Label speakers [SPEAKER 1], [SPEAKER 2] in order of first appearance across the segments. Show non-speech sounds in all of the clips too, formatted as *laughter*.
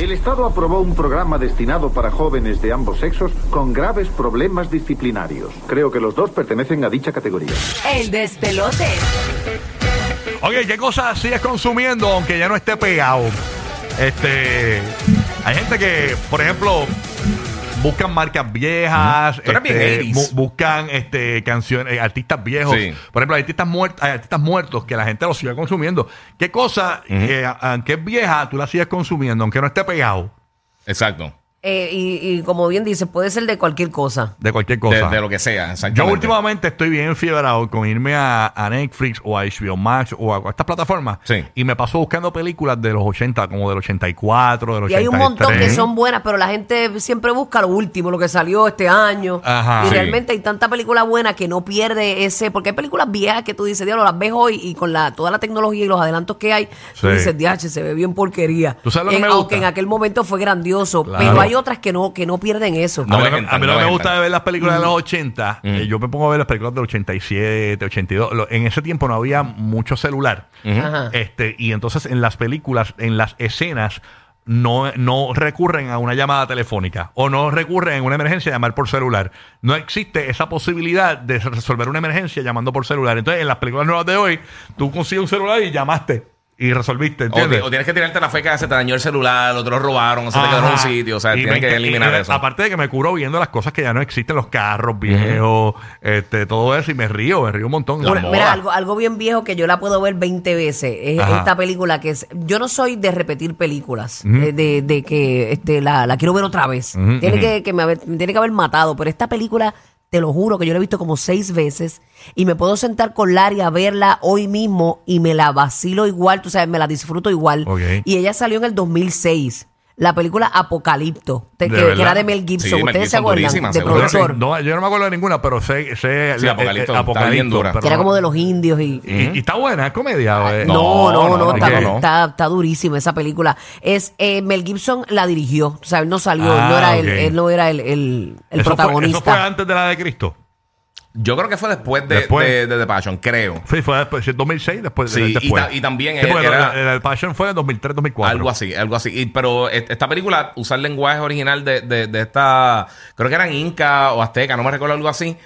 [SPEAKER 1] El Estado aprobó un programa destinado para jóvenes de ambos sexos con graves problemas disciplinarios. Creo que los dos pertenecen a dicha categoría.
[SPEAKER 2] El despelote.
[SPEAKER 3] Oye, ¿qué cosas sigues consumiendo aunque ya no esté pegado? Este. Hay gente que, por ejemplo, buscan marcas viejas,
[SPEAKER 4] Tú eres bien
[SPEAKER 3] este,
[SPEAKER 4] 80s.
[SPEAKER 3] bu- buscan este, canciones, eh, artistas viejos.
[SPEAKER 4] Sí.
[SPEAKER 3] Por ejemplo, hay artistas, muertos, artistas muertos que la gente los sigue consumiendo. ¿Qué cosa, eh, aunque es vieja, tú la sigues consumiendo, aunque no esté pegado
[SPEAKER 4] Exacto.
[SPEAKER 5] Eh, y, y como bien dice, puede ser de cualquier cosa.
[SPEAKER 3] de cualquier
[SPEAKER 4] De,
[SPEAKER 3] cosa?
[SPEAKER 4] de lo que sea.
[SPEAKER 3] Yo
[SPEAKER 4] exactamente.
[SPEAKER 3] últimamente estoy bien enfiebrado con irme a, a Netflix o a HBO Max o a, a estas plataformas
[SPEAKER 4] Sí.
[SPEAKER 3] y me paso buscando películas de los 80, como del 84, del 83.
[SPEAKER 5] Y hay un montón que son buenas, pero la gente siempre busca lo último, lo que salió este año.
[SPEAKER 3] Ajá.
[SPEAKER 5] y
[SPEAKER 4] Sí.
[SPEAKER 5] realmente hay tanta película buena que no pierde ese. Porque hay películas viejas que tú dices, diablo, las ves hoy y con la toda la tecnología y los adelantos que hay, tú
[SPEAKER 3] Sí.
[SPEAKER 5] dices, diache, se ve bien porquería.
[SPEAKER 3] ¿Tú sabes lo que
[SPEAKER 5] En-
[SPEAKER 3] me gusta?
[SPEAKER 5] Aunque en aquel momento fue grandioso,
[SPEAKER 3] Claro.
[SPEAKER 5] pero hay otras que no, que no pierden eso.
[SPEAKER 3] A
[SPEAKER 4] No
[SPEAKER 3] mí lo que-
[SPEAKER 4] vengan,
[SPEAKER 3] a mí
[SPEAKER 4] no
[SPEAKER 3] lo que me
[SPEAKER 4] vengan.
[SPEAKER 3] gusta de ver las películas de los 80, eh, yo me pongo a ver las películas del 87, 82. Lo- en ese tiempo no había mucho celular.
[SPEAKER 5] Ajá.
[SPEAKER 3] este Y entonces en las películas, en las escenas, no, no recurren a una llamada telefónica o no recurren en una emergencia a llamar por celular. No existe esa posibilidad de resolver una emergencia llamando por celular. Entonces en las películas nuevas de hoy, tú consigues un celular y llamaste y resolviste.
[SPEAKER 4] O, ti-
[SPEAKER 3] ¿entiendes?
[SPEAKER 4] o tienes que tirarte la feca, se te dañó el celular, otro lo robaron, se te quedó en un
[SPEAKER 3] Ajá.
[SPEAKER 4] sitio. O sea,
[SPEAKER 3] Y
[SPEAKER 4] tienes
[SPEAKER 3] me-
[SPEAKER 4] que
[SPEAKER 3] y-
[SPEAKER 4] eliminar
[SPEAKER 3] y-
[SPEAKER 4] eso.
[SPEAKER 3] Aparte de que me curo viendo las cosas que ya no existen, los carros viejos, este, todo eso, y me río, me río un montón.
[SPEAKER 4] La
[SPEAKER 3] Bueno,
[SPEAKER 4] moda.
[SPEAKER 5] Mira, algo, algo bien viejo que yo la puedo ver 20 veces. Es
[SPEAKER 3] Ajá.
[SPEAKER 5] esta película que es. Yo no soy de repetir películas. eh, de, de que este, la, la quiero ver otra vez. tiene, que, que me, haber- me tiene que haber matado. Pero esta película, te lo juro, que yo la he visto como seis veces. Y me puedo sentar con Larry a verla hoy mismo. Y me la vacilo igual. Tú sabes, me la disfruto igual.
[SPEAKER 3] Ok.
[SPEAKER 5] Y ella salió en el 2006. La película Apocalipto, te-
[SPEAKER 3] ¿De
[SPEAKER 5] que, que
[SPEAKER 3] verdad?
[SPEAKER 5] era de Mel Gibson.
[SPEAKER 4] Sí, Mel
[SPEAKER 5] Ustedes se
[SPEAKER 4] Gibson, durísima,
[SPEAKER 5] acuerdan, de
[SPEAKER 4] seguro que sí.
[SPEAKER 5] productor.
[SPEAKER 3] no, yo no me acuerdo de ninguna, pero sé, sé eh,
[SPEAKER 4] Sí, Apocalipto, está bien dura.
[SPEAKER 3] pero
[SPEAKER 5] Que era
[SPEAKER 3] no-
[SPEAKER 5] como de los indios y.
[SPEAKER 3] y, y está buena, es
[SPEAKER 5] *laughs*
[SPEAKER 3] comedia. ¿eh? ¿o es?
[SPEAKER 5] No, no, no,
[SPEAKER 4] no,
[SPEAKER 5] está,
[SPEAKER 3] ¿qué?
[SPEAKER 4] no.
[SPEAKER 5] Está, está durísima esa película. Es eh, Mel Gibson la dirigió, o sea, él no salió, él no
[SPEAKER 3] Ah,
[SPEAKER 5] era
[SPEAKER 3] ok.
[SPEAKER 5] él, él no era el, el- el
[SPEAKER 3] Eso fue-
[SPEAKER 5] protagonista.
[SPEAKER 3] eso fue antes de la de Cristo.
[SPEAKER 4] Yo creo que fue después de,
[SPEAKER 3] Después.
[SPEAKER 4] de- de The Passion, creo.
[SPEAKER 3] Sí, fue después, sí, 2006, después.
[SPEAKER 4] Sí, y
[SPEAKER 3] después.
[SPEAKER 4] ta- y también
[SPEAKER 3] Sí, porque
[SPEAKER 4] era-
[SPEAKER 3] la- la- la Passion fue en 2003, 2004.
[SPEAKER 4] Algo así, algo así. Y- pero e- esta película, usar el lenguaje original de, de- de esta, creo que eran Inca o Azteca, no me recuerdo algo así.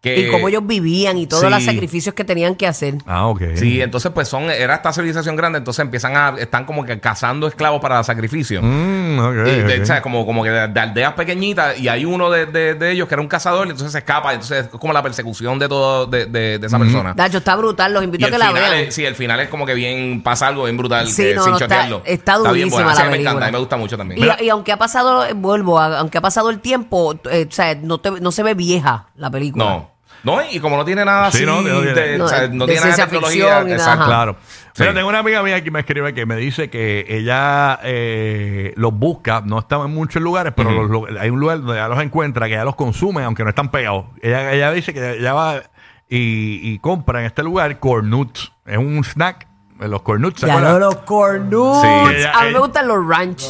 [SPEAKER 4] Que,
[SPEAKER 5] y cómo ellos vivían y todos
[SPEAKER 4] sí.
[SPEAKER 5] los sacrificios que tenían que hacer.
[SPEAKER 3] Ah, ok.
[SPEAKER 4] Sí, entonces pues son, era esta civilización grande, entonces empiezan a, están como que cazando esclavos para sacrificio.
[SPEAKER 3] Mm, ok,
[SPEAKER 4] Y de-
[SPEAKER 3] ok.
[SPEAKER 4] ¿sabes? Como, como que de, de aldeas pequeñitas y hay uno de, de- de ellos que era un cazador y entonces se escapa. Entonces es como la persecución de todo de, de- de esa persona.
[SPEAKER 5] Dacho, está brutal, los
[SPEAKER 4] Y
[SPEAKER 5] invito a
[SPEAKER 4] el
[SPEAKER 5] que la
[SPEAKER 4] final,
[SPEAKER 5] vean.
[SPEAKER 4] es, sí, el final es como que bien pasa algo bien brutal
[SPEAKER 5] Sí,
[SPEAKER 4] que-
[SPEAKER 5] no,
[SPEAKER 4] sin
[SPEAKER 5] no, está-
[SPEAKER 4] chotearlo.
[SPEAKER 5] está
[SPEAKER 4] bien
[SPEAKER 5] durísima
[SPEAKER 4] buena.
[SPEAKER 5] la
[SPEAKER 4] Sí, me encanta,
[SPEAKER 5] película.
[SPEAKER 4] a mí me gusta mucho también.
[SPEAKER 5] Y, y aunque ha pasado, eh, vuelvo, a- aunque ha pasado el tiempo, eh, o sea, no, te- no se ve vieja la película.
[SPEAKER 4] no. No, y como no tiene nada
[SPEAKER 3] Sí,
[SPEAKER 4] así,
[SPEAKER 3] no, no tiene-
[SPEAKER 4] de- o sea,
[SPEAKER 5] No,
[SPEAKER 4] no
[SPEAKER 5] de
[SPEAKER 4] tiene nada de
[SPEAKER 5] ciencia
[SPEAKER 4] tecnología.
[SPEAKER 5] ficción ni nada,
[SPEAKER 4] exacto.
[SPEAKER 5] Ajá.
[SPEAKER 3] Claro.
[SPEAKER 4] Sí.
[SPEAKER 3] Mira, tengo una amiga mía que me escribe que me dice que ella eh, los busca, no está en muchos lugares, pero los lu- hay un lugar donde ya los encuentra, que ya los consume, aunque no están pegados. Ella, ella dice que ella va y, y compra en este lugar cornuts. Es un snack, eh, los cornuts. ¿se
[SPEAKER 5] Ya
[SPEAKER 3] acuerdan?
[SPEAKER 5] no, los cornuts.
[SPEAKER 4] Sí,
[SPEAKER 3] ella-
[SPEAKER 5] a mí
[SPEAKER 3] ella-
[SPEAKER 5] me gustan los ranch.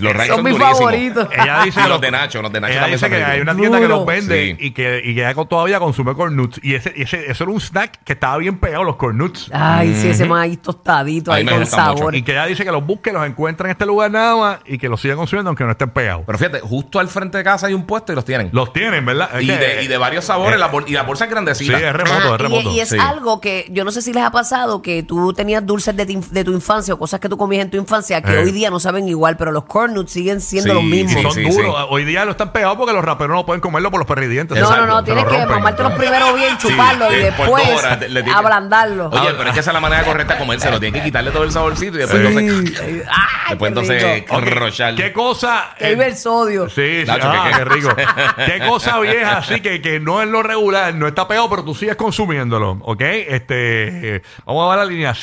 [SPEAKER 4] Los ranchos
[SPEAKER 5] Son mis
[SPEAKER 4] durísimos.
[SPEAKER 5] favoritos.
[SPEAKER 3] Ella dice
[SPEAKER 4] Y los
[SPEAKER 3] los-
[SPEAKER 4] de Nacho, los de Nacho
[SPEAKER 3] Ella
[SPEAKER 4] también
[SPEAKER 3] dice
[SPEAKER 4] son
[SPEAKER 3] que hay
[SPEAKER 4] ricos.
[SPEAKER 3] una tienda que los
[SPEAKER 5] Duro.
[SPEAKER 3] vende
[SPEAKER 4] Sí.
[SPEAKER 3] y que y que ella todavía consume cornuts. Y ese, y ese, eso era un snack que estaba bien pegado, los cornuts.
[SPEAKER 5] Ay, sí, ese maíz tostadito
[SPEAKER 4] A mí
[SPEAKER 5] ahí
[SPEAKER 4] me
[SPEAKER 5] con
[SPEAKER 4] gusta mucho.
[SPEAKER 5] sabor.
[SPEAKER 3] Y que ella dice que los busque, los encuentra en este lugar nada más y que los siga consumiendo aunque no estén pegados.
[SPEAKER 4] Pero fíjate, justo al frente de casa hay un puesto y los tienen.
[SPEAKER 3] Los tienen, ¿verdad? Es
[SPEAKER 4] y,
[SPEAKER 3] que-
[SPEAKER 4] de, y de varios sabores,
[SPEAKER 3] eh,
[SPEAKER 4] la bol- y la bolsa es
[SPEAKER 3] Sí,
[SPEAKER 4] grandecita.
[SPEAKER 3] es remoto,
[SPEAKER 5] Ajá,
[SPEAKER 3] es remoto.
[SPEAKER 5] Y, y es
[SPEAKER 4] sí.
[SPEAKER 5] algo que yo no sé si les ha pasado que tú tenías dulces de, tu inf- de tu infancia o cosas que tú comías en tu infancia que
[SPEAKER 3] Eh.
[SPEAKER 5] hoy día no saben igual, pero los corn nuts siguen siendo
[SPEAKER 4] Sí,
[SPEAKER 5] los
[SPEAKER 3] Y
[SPEAKER 5] mismos.
[SPEAKER 4] sí,
[SPEAKER 3] son
[SPEAKER 4] sí,
[SPEAKER 3] duros.
[SPEAKER 4] sí.
[SPEAKER 3] Hoy día lo están pegados porque los raperos no pueden comerlo por los perridientes.
[SPEAKER 5] No,
[SPEAKER 4] Exacto,
[SPEAKER 5] no, no,
[SPEAKER 3] se
[SPEAKER 5] tienes
[SPEAKER 3] lo
[SPEAKER 5] que
[SPEAKER 3] rompen.
[SPEAKER 5] mamártelos primero bien, chuparlos
[SPEAKER 4] Sí,
[SPEAKER 5] y
[SPEAKER 4] eh, por
[SPEAKER 5] después
[SPEAKER 4] dos horas, te- le tienes-
[SPEAKER 5] ablandarlos.
[SPEAKER 4] Oye, pero es que esa es la manera correcta de comérselo. Tiene que quitarle todo el saborcito y después entonces,
[SPEAKER 5] Ay, ay,
[SPEAKER 4] después
[SPEAKER 5] qué
[SPEAKER 4] entonces
[SPEAKER 5] rico.
[SPEAKER 3] Ok,
[SPEAKER 4] rochar.
[SPEAKER 3] ¿Qué cosa?
[SPEAKER 5] Que vive el sodio.
[SPEAKER 3] Sí, sí,
[SPEAKER 4] Nacho,
[SPEAKER 3] ah,
[SPEAKER 4] que-
[SPEAKER 3] qué rico. qué cosa vieja así que, que no es lo regular, no está pegado, pero tú sigues consumiéndolo, ¿ok? Este, eh, vamos a ver la línea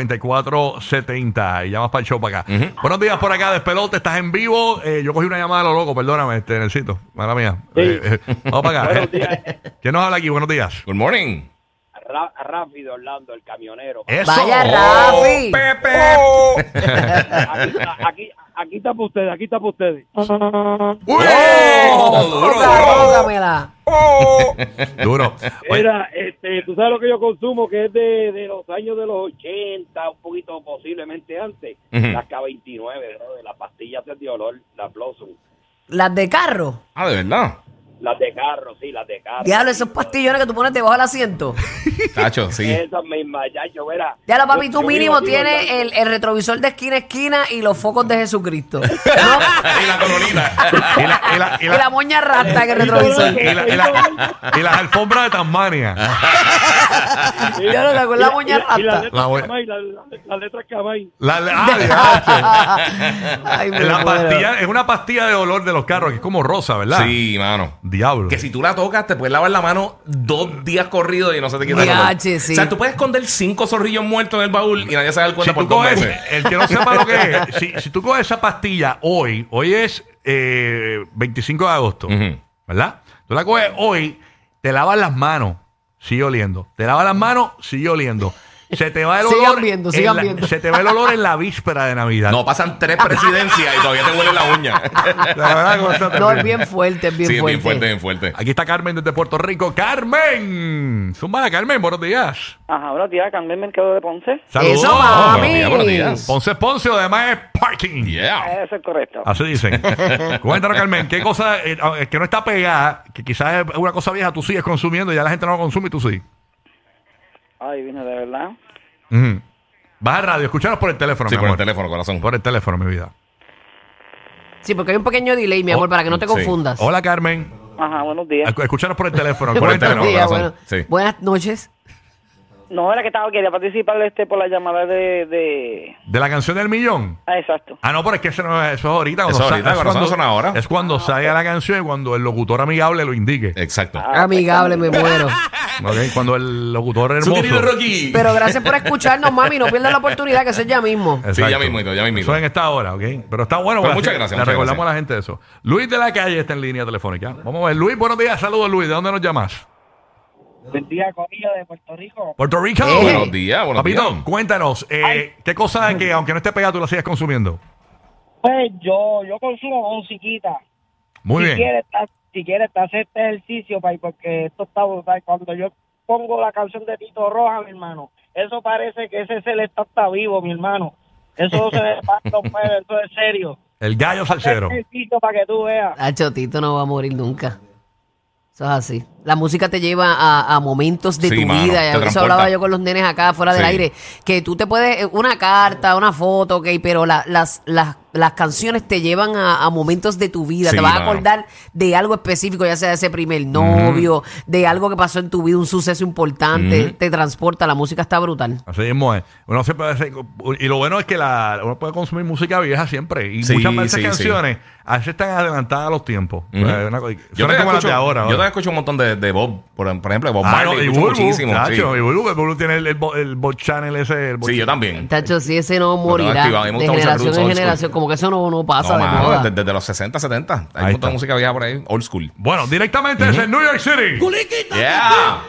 [SPEAKER 3] 787-622-9470 y llamas para el show para acá. Buenos días por acá, Despelote, estás en vivo. Eh, yo cogí una llamada a lo loco, perdóname, este, Nelsito, mala mía. Eh, eh, vamos
[SPEAKER 5] *laughs*
[SPEAKER 3] para acá.
[SPEAKER 6] Buenos días.
[SPEAKER 3] ¿Quién nos habla aquí? Buenos días.
[SPEAKER 4] Good morning.
[SPEAKER 5] *laughs*
[SPEAKER 6] Ra- rápido, Orlando, el camionero.
[SPEAKER 3] Eso.
[SPEAKER 5] Vaya
[SPEAKER 3] Oh,
[SPEAKER 5] Rafi.
[SPEAKER 4] Pepe.
[SPEAKER 2] Aquí, aquí, aquí está para ustedes, aquí está para ustedes.
[SPEAKER 4] ¡Uy!
[SPEAKER 5] Oh, Tócamela, tócamela.
[SPEAKER 3] Duro. Oye,
[SPEAKER 2] Mira, este, tú sabes lo que yo consumo, que es de, de los años de los 80, un poquito posiblemente antes,
[SPEAKER 4] Ujú.
[SPEAKER 2] la K29, bro, de las pastillas de olor, las Blossom,
[SPEAKER 5] Las de carro.
[SPEAKER 4] Ah, de verdad.
[SPEAKER 2] las de carro, sí, las de carro.
[SPEAKER 5] Diablo, esos pastillones que tú pones debajo del asiento.
[SPEAKER 4] Cacho, sí.
[SPEAKER 2] Esas mismas, ya yo, verá.
[SPEAKER 5] Ya lo papi,
[SPEAKER 2] Yo-
[SPEAKER 5] tú
[SPEAKER 2] yo
[SPEAKER 5] mínimo
[SPEAKER 2] vivo aquí,
[SPEAKER 5] tienes
[SPEAKER 2] ¿verdad?
[SPEAKER 5] el, el retrovisor de esquina a esquina y los focos de
[SPEAKER 3] *laughs*
[SPEAKER 5] Jesucristo. ¿No?
[SPEAKER 4] Y la colonita.
[SPEAKER 3] y la- y la- y
[SPEAKER 5] Y
[SPEAKER 3] la-
[SPEAKER 5] la moña rasta en el retrovisor.
[SPEAKER 3] *laughs* y la- y la- y las alfombras de Tasmania.
[SPEAKER 5] *laughs* Ya lo sacó en la moña
[SPEAKER 2] Y- y- y las
[SPEAKER 5] rata.
[SPEAKER 2] letras
[SPEAKER 3] La buena.
[SPEAKER 2] Camay, las- las- las letras Camay.
[SPEAKER 3] La, la- ah, diache.
[SPEAKER 5] *laughs* Ay, me
[SPEAKER 3] La
[SPEAKER 5] muero.
[SPEAKER 3] pastilla- es una pastilla de olor de los carros, que es como rosa, ¿verdad?
[SPEAKER 4] Sí, mano.
[SPEAKER 3] Diablo.
[SPEAKER 4] Que si tú la tocas, te puedes lavar la mano dos días corridos y no se te quita el olor.
[SPEAKER 5] Diache, sí.
[SPEAKER 4] O sea, tú puedes esconder cinco zorrillos muertos en el baúl y nadie se da
[SPEAKER 3] Si
[SPEAKER 4] cuenta por
[SPEAKER 3] tú
[SPEAKER 4] dos
[SPEAKER 3] coges,
[SPEAKER 4] meses.
[SPEAKER 3] el que no sepa lo que
[SPEAKER 4] *laughs*
[SPEAKER 3] es, si, si tú coges esa pastilla hoy, hoy es eh, 25 de agosto,
[SPEAKER 4] Ujú.
[SPEAKER 3] ¿verdad? Tú la coges hoy, te lavas las manos, sigue oliendo. Te lavas las manos, sigue oliendo. Se te va el
[SPEAKER 5] Sigan
[SPEAKER 3] olor.
[SPEAKER 5] viendo,
[SPEAKER 3] en
[SPEAKER 5] sigan
[SPEAKER 3] la-
[SPEAKER 5] viendo.
[SPEAKER 3] Se te va el olor en la víspera de Navidad.
[SPEAKER 4] No, pasan tres presidencias y todavía te huele la uña.
[SPEAKER 3] La verdad que está
[SPEAKER 5] No, es
[SPEAKER 3] terrible.
[SPEAKER 5] bien fuerte, es bien
[SPEAKER 4] sí, es
[SPEAKER 5] fuerte.
[SPEAKER 4] bien fuerte, bien fuerte.
[SPEAKER 3] Aquí está Carmen desde Puerto Rico. ¡Carmen! Zumba, Carmen, buenos días.
[SPEAKER 6] Ajá, buenos días, Carmen Mercado de Ponce.
[SPEAKER 3] Saludos.
[SPEAKER 5] Eso,
[SPEAKER 4] buenos
[SPEAKER 5] mami.
[SPEAKER 4] días, buenos días.
[SPEAKER 3] Ponce Ponce, además es parking.
[SPEAKER 4] Yeah.
[SPEAKER 6] Eso es correcto.
[SPEAKER 3] Así
[SPEAKER 4] *laughs*
[SPEAKER 3] dicen. Cuéntanos, Carmen, ¿qué cosa eh, eh, que no está pegada, que quizás es una cosa vieja, tú sigues consumiendo y ya la gente no lo consume y tú sí?
[SPEAKER 6] Ay, vino de verdad.
[SPEAKER 3] Ujú. Baja el radio, escúchanos por el teléfono,
[SPEAKER 4] Sí,
[SPEAKER 3] mi
[SPEAKER 4] por el
[SPEAKER 3] amor.
[SPEAKER 4] teléfono, corazón.
[SPEAKER 3] Por el teléfono, mi vida.
[SPEAKER 5] Sí, porque hay un pequeño delay, mi amor,
[SPEAKER 3] Oh,
[SPEAKER 5] para que no te
[SPEAKER 4] sí.
[SPEAKER 5] confundas.
[SPEAKER 3] Hola, Carmen.
[SPEAKER 6] Ajá, buenos días.
[SPEAKER 3] Escu- Escúchanos por el teléfono.
[SPEAKER 4] Por el
[SPEAKER 3] cuéntanos.
[SPEAKER 5] Buenos días,
[SPEAKER 4] corazón.
[SPEAKER 5] bueno.
[SPEAKER 4] Sí.
[SPEAKER 5] Buenas noches.
[SPEAKER 6] No, era que estaba quería participar este por la llamada de... de...
[SPEAKER 3] De la canción del millón.
[SPEAKER 6] Ah, exacto.
[SPEAKER 3] Ah, no, pero es que eso, no es, eso es ahorita.
[SPEAKER 4] Eso ahorita,
[SPEAKER 3] sa- es
[SPEAKER 4] pero eso no suena ahora.
[SPEAKER 3] Es
[SPEAKER 2] Ah,
[SPEAKER 3] cuando salga la canción y cuando el locutor amigable lo indique.
[SPEAKER 4] Exacto.
[SPEAKER 2] pues,
[SPEAKER 6] Ah,
[SPEAKER 5] Amigable, me muero.
[SPEAKER 3] Ok, Cuando el locutor
[SPEAKER 4] Su querido
[SPEAKER 3] hermoso.
[SPEAKER 4] Rocky.
[SPEAKER 5] Pero gracias por escucharnos, mami. No pierdas la oportunidad, que eso es ya mismo.
[SPEAKER 4] Sí, ya mismito, ya mismito.
[SPEAKER 3] Eso en esta hora, ¿ok? Pero está bueno.
[SPEAKER 4] Pues
[SPEAKER 3] la-
[SPEAKER 4] muchas gracias,
[SPEAKER 3] Le
[SPEAKER 4] muchas
[SPEAKER 3] recordamos
[SPEAKER 4] gracias.
[SPEAKER 3] a la gente eso. Luis de la calle está en línea telefónica. Vamos a ver. Luis, buenos días. Saludos, Luis. ¿De dónde nos llamas?
[SPEAKER 2] Buen día, Corillo, de Puerto Rico.
[SPEAKER 3] Puerto Rico.
[SPEAKER 5] Eh.
[SPEAKER 4] Buenos días, buenos
[SPEAKER 3] Papito,
[SPEAKER 4] días.
[SPEAKER 3] cuéntanos. eh, ¿Qué cosa que, aunque no esté pegada, tú la sigues consumiendo?
[SPEAKER 2] Pues yo, yo consumo musiquita.
[SPEAKER 3] Muy
[SPEAKER 2] si
[SPEAKER 3] bien.
[SPEAKER 2] Quieres, haz- si quieres, te haces este ejercicio, pai, porque esto está brutal. Cuando yo pongo la canción de Tito Roja, mi hermano, eso parece que ese celeste está vivo, mi hermano. Eso se le parte los pelos, eso es serio.
[SPEAKER 3] El gallo salsero.
[SPEAKER 2] Haz ejercicio para que tú veas.
[SPEAKER 5] Ah, Chotito no va a morir nunca. Eso es así. La música te lleva a, a momentos de
[SPEAKER 4] Sí,
[SPEAKER 5] tu
[SPEAKER 4] mano,
[SPEAKER 5] vida.
[SPEAKER 4] te
[SPEAKER 5] Ya Eso
[SPEAKER 4] transporta.
[SPEAKER 5] hablaba yo con los nenes acá fuera del
[SPEAKER 4] Sí.
[SPEAKER 5] aire. Que tú te puedes, eh, una carta, una foto, ok, pero la- las, las, las canciones te llevan a, a momentos de tu vida.
[SPEAKER 4] Sí,
[SPEAKER 5] te vas a
[SPEAKER 4] mano.
[SPEAKER 5] acordar de algo específico, ya sea de ese primer novio, de algo que pasó en tu vida, un suceso importante. Te transporta, la música está brutal.
[SPEAKER 3] Así mismo es. Uno siempre hace- y lo bueno es que la, uno puede consumir música vieja siempre. Y
[SPEAKER 4] Sí,
[SPEAKER 3] muchas veces
[SPEAKER 4] sí,
[SPEAKER 3] canciones a veces están adelantadas a los tiempos.
[SPEAKER 4] Ujú.
[SPEAKER 3] Eh, una cosa-
[SPEAKER 4] Yo
[SPEAKER 3] suenan
[SPEAKER 4] te
[SPEAKER 3] como las
[SPEAKER 4] escucho,
[SPEAKER 3] de ahora.
[SPEAKER 4] yo
[SPEAKER 3] ahora.
[SPEAKER 4] te escucho un montón de, de Bob, por, por ejemplo, de Bob
[SPEAKER 3] Ah,
[SPEAKER 4] Marley,
[SPEAKER 3] no, y
[SPEAKER 4] escucho
[SPEAKER 3] Bulbu,
[SPEAKER 4] muchísimo. sí.
[SPEAKER 3] chacho, y Bulbu, que Bulbu tiene el, el, bo- el bot channel ese. El bot-
[SPEAKER 4] Sí, yo también.
[SPEAKER 5] Tacho, si ese no
[SPEAKER 4] activado. A
[SPEAKER 5] morirá
[SPEAKER 4] mí
[SPEAKER 5] de
[SPEAKER 4] me gusta mucho el
[SPEAKER 5] generación
[SPEAKER 4] roots old
[SPEAKER 5] en
[SPEAKER 4] school.
[SPEAKER 5] generación, como que eso no, no pasa
[SPEAKER 4] No,
[SPEAKER 5] de
[SPEAKER 4] mano,
[SPEAKER 5] moda.
[SPEAKER 4] desde, desde los 60, 70. Hay
[SPEAKER 3] Ahí
[SPEAKER 4] un montón
[SPEAKER 3] está.
[SPEAKER 4] de música vieja por ahí, old school.
[SPEAKER 3] Bueno, directamente desde New York City.
[SPEAKER 4] Yeah.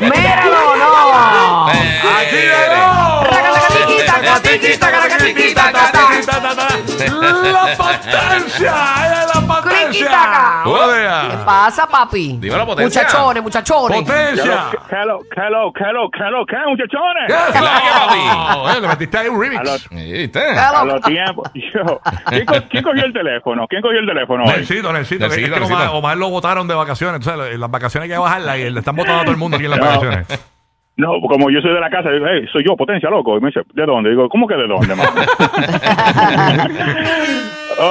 [SPEAKER 5] ¡Míralo, no!
[SPEAKER 3] ¡Aquí llegó!
[SPEAKER 5] Racatacatica,
[SPEAKER 4] catiquita, catiquita, catiquita,
[SPEAKER 3] ¡La potencia! ¡Ella es la potencia!
[SPEAKER 5] Culiquitaca.
[SPEAKER 3] Buenos
[SPEAKER 5] ¿Qué
[SPEAKER 3] días.
[SPEAKER 5] pasa, papi?
[SPEAKER 4] Dímelo, potencia.
[SPEAKER 5] Muchachones, muchachones.
[SPEAKER 3] ¡Potencia!
[SPEAKER 2] Hello, hello, hello, hello, ¿qué, muchachones?
[SPEAKER 3] Yes,
[SPEAKER 4] ¿Qué la que,
[SPEAKER 3] Lord. Eh, Le metiste ahí un remix.
[SPEAKER 4] Sí, ¿Viste?
[SPEAKER 5] Hello.
[SPEAKER 7] a los tiempos. *laughs* Yo. ¿Quién, co- quién cogió el teléfono? ¿Quién cogió el teléfono hoy?
[SPEAKER 3] Necesito, necesito. Es que
[SPEAKER 4] Nelsito,
[SPEAKER 3] Omar-
[SPEAKER 4] Nelsito.
[SPEAKER 3] Omar lo votaron de vacaciones. Entonces, las vacaciones hay que bajarla y le están votando a todo el mundo aquí en las vacaciones.
[SPEAKER 7] No, como yo soy de la casa, digo, "Hey, soy yo, potencia loco. Y me dice, ¿de dónde? Digo, ¿cómo que de dónde, mano?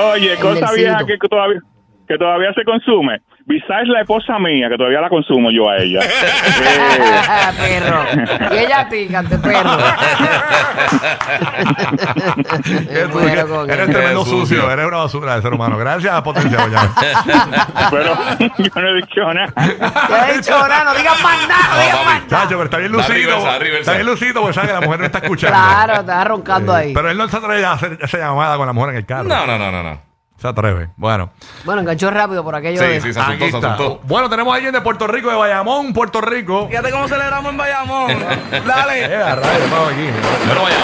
[SPEAKER 7] Oye, cosa
[SPEAKER 5] Nelsito.
[SPEAKER 7] vieja que todavía, que todavía se consume. Besides la esposa mía, que todavía la consumo yo
[SPEAKER 5] *laughs*
[SPEAKER 7] a ella. Eh,
[SPEAKER 5] *laughs* Ah, perro. Y ella a ti, cante perro. Me
[SPEAKER 3] Eres tú,
[SPEAKER 5] muero
[SPEAKER 3] que-
[SPEAKER 5] con
[SPEAKER 3] eres
[SPEAKER 5] él.
[SPEAKER 3] tremendo
[SPEAKER 4] Eres sucio.
[SPEAKER 3] sucio. Eres una basura de ser humano. Gracias, potencia. *laughs* Boyan.
[SPEAKER 7] *laughs* pero yo no he dicho nada.
[SPEAKER 5] Ya he dicho ahora, no digas más nada, no
[SPEAKER 4] No,
[SPEAKER 5] digas
[SPEAKER 4] papi.
[SPEAKER 5] más nada.
[SPEAKER 3] Chacho, pero está bien
[SPEAKER 4] Da
[SPEAKER 3] lucido.
[SPEAKER 4] reversa, da reversa.
[SPEAKER 3] Está bien lucido porque sabe que la mujer no está escuchando. Eh,
[SPEAKER 5] Claro, estaba roncando ahí.
[SPEAKER 3] Pero él no se atreve a hacer esa llamada con la mujer en el carro.
[SPEAKER 4] No, no, no, no. no.
[SPEAKER 3] Se atreve. Bueno.
[SPEAKER 5] Bueno, enganchó rápido por aquello
[SPEAKER 4] Sí,
[SPEAKER 5] de...
[SPEAKER 4] sí, se
[SPEAKER 3] Aquí
[SPEAKER 4] asustó, se
[SPEAKER 3] está.
[SPEAKER 4] asustó.
[SPEAKER 3] Bueno, tenemos a alguien de Puerto Rico, de Bayamón, Puerto Rico. *laughs*
[SPEAKER 8] Fíjate cómo celebramos en Bayamón.
[SPEAKER 3] Eh,
[SPEAKER 8] Dale.
[SPEAKER 3] a rayos, estamos aquí.
[SPEAKER 4] Pero vaya,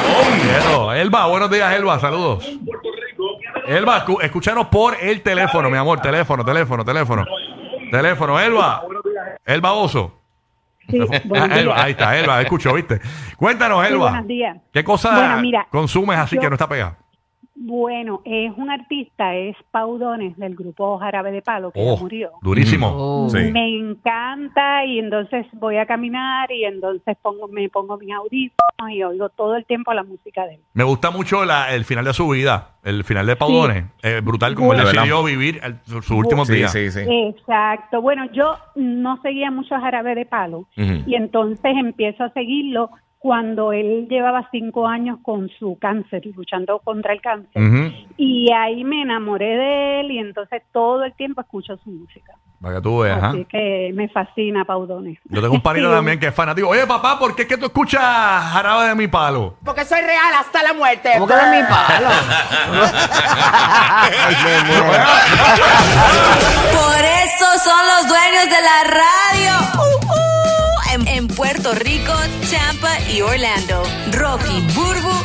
[SPEAKER 3] Eso, Elba, buenos días, Elba, saludos. Elba, escu- escúchanos por el teléfono, mi amor, teléfono, teléfono, teléfono. Teléfono, Elba. Elba Oso.
[SPEAKER 8] Sí, buenos
[SPEAKER 3] Ah,
[SPEAKER 8] días.
[SPEAKER 3] Elba, ahí está, Elba, escucho, ¿viste? Cuéntanos,
[SPEAKER 8] Sí,
[SPEAKER 3] Elba.
[SPEAKER 8] buenos días.
[SPEAKER 3] ¿Qué cosa
[SPEAKER 8] Bueno, mira,
[SPEAKER 3] consumes así
[SPEAKER 8] yo-
[SPEAKER 3] que no está pegada?
[SPEAKER 8] Bueno, es un artista, es Paudones del grupo Jarabe de Palo, que ya
[SPEAKER 3] Oh,
[SPEAKER 8] murió.
[SPEAKER 3] durísimo.
[SPEAKER 5] Oh.
[SPEAKER 4] Sí.
[SPEAKER 8] Me encanta y entonces voy a caminar y entonces pongo, me pongo mis audífonos y oigo todo el tiempo la música de él.
[SPEAKER 3] Me gusta mucho la- el final de su vida, el final de Paudones. Eh, brutal como
[SPEAKER 4] Bueno.
[SPEAKER 3] él decidió vivir el- su- sus últimos
[SPEAKER 4] Sí,
[SPEAKER 3] días.
[SPEAKER 4] sí, sí.
[SPEAKER 8] Exacto. Bueno, yo no seguía mucho a Jarabe de Palo
[SPEAKER 4] Ujú.
[SPEAKER 8] y entonces empiezo a seguirlo cuando él llevaba cinco años con su cáncer, luchando contra el cáncer.
[SPEAKER 3] Ujú.
[SPEAKER 8] Y ahí me enamoré de él y entonces todo el tiempo escucho su música.
[SPEAKER 3] Para que tú veas. ¿ah?
[SPEAKER 8] Así que me fascina Paudones.
[SPEAKER 3] Yo
[SPEAKER 8] *laughs*
[SPEAKER 3] tengo un panito
[SPEAKER 8] Sí,
[SPEAKER 3] también que es fanático. Oye, papá, ¿por qué es que tú escuchas Jarabe de mi palo?
[SPEAKER 9] Porque soy real hasta la muerte.
[SPEAKER 5] ¿Cómo que no es mi palo?
[SPEAKER 10] Ay, me muero.
[SPEAKER 11] Por eso son los dueños de la radio. Uh, uh. En, en Puerto Rico, Tampa y Orlando. Rocky, Burbu